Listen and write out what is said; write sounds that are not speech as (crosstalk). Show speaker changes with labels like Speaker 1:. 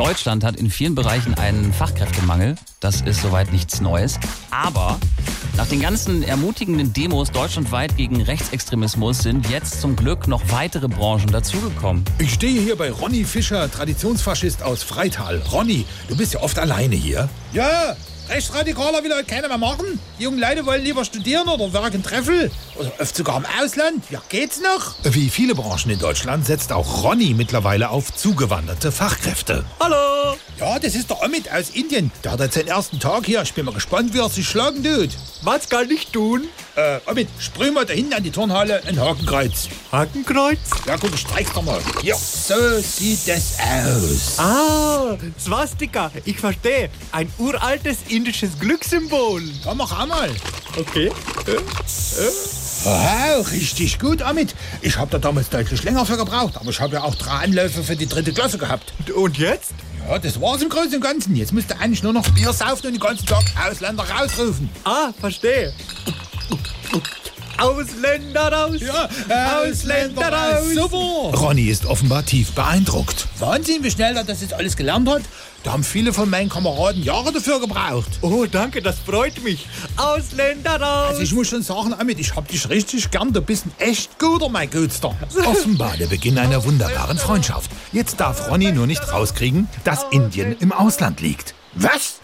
Speaker 1: Deutschland hat in vielen Bereichen einen Fachkräftemangel. Das ist soweit nichts Neues. Aber nach den ganzen ermutigenden Demos deutschlandweit gegen Rechtsextremismus sind jetzt zum Glück noch weitere Branchen dazugekommen.
Speaker 2: Ich stehe hier bei Ronny Fischer, Traditionsfaschist aus Freital. Ronny, du bist ja oft alleine hier.
Speaker 3: Ja, Rechtsradikaler will heute keiner mehr machen. Die jungen Leute wollen lieber studieren oder werken Treffel. Oder oft sogar im Ausland. Ja, geht's noch?
Speaker 2: Wie viele Branchen in Deutschland setzt auch Ronny mittlerweile auf zugewanderte Fachkräfte.
Speaker 1: Hallo!
Speaker 3: Ja, das ist der Omid aus Indien. Der hat jetzt seinen ersten Tag hier. Ich bin mal gespannt, wie er sich schlagen tut.
Speaker 4: Was kann ich tun?
Speaker 3: Äh, Omid, sprüh mal da hinten an die Turnhalle ein Hakenkreuz.
Speaker 4: Hakenkreuz?
Speaker 3: Ja, guck, ich streich doch mal. Ja, so sieht das aus.
Speaker 4: Ah, Swastika. Ich verstehe. Ein uraltes indisches Glückssymbol.
Speaker 3: Ja, mach auch mal.
Speaker 4: Okay.
Speaker 3: Wow, Oh, richtig gut, Omid. Ich habe da damals deutlich länger für gebraucht, aber ich habe ja auch drei Anläufe für die dritte Klasse gehabt.
Speaker 4: Und jetzt?
Speaker 3: Ja, das war's im Großen und Ganzen. Jetzt müsste eigentlich nur noch Bier saufen und den ganzen Tag Ausländer rausrufen.
Speaker 4: Ah, verstehe. Ausländer raus!
Speaker 3: Ja, äh, Ausländer raus.
Speaker 4: Super!
Speaker 2: Ronny ist offenbar tief beeindruckt.
Speaker 3: Wahnsinn, wie schnell er das jetzt alles gelernt hat. Da haben viele von meinen Kameraden Jahre dafür gebraucht.
Speaker 4: Oh, danke, das freut mich. Ausländer raus!
Speaker 3: Also ich muss schon sagen, Amit, ich hab dich richtig gern. Du bist ein echt guter, mein Gütster.
Speaker 2: (laughs) Offenbar der Beginn einer wunderbaren Freundschaft. Jetzt darf Ronny nur nicht rauskriegen, dass Indien im Ausland liegt.
Speaker 3: Was?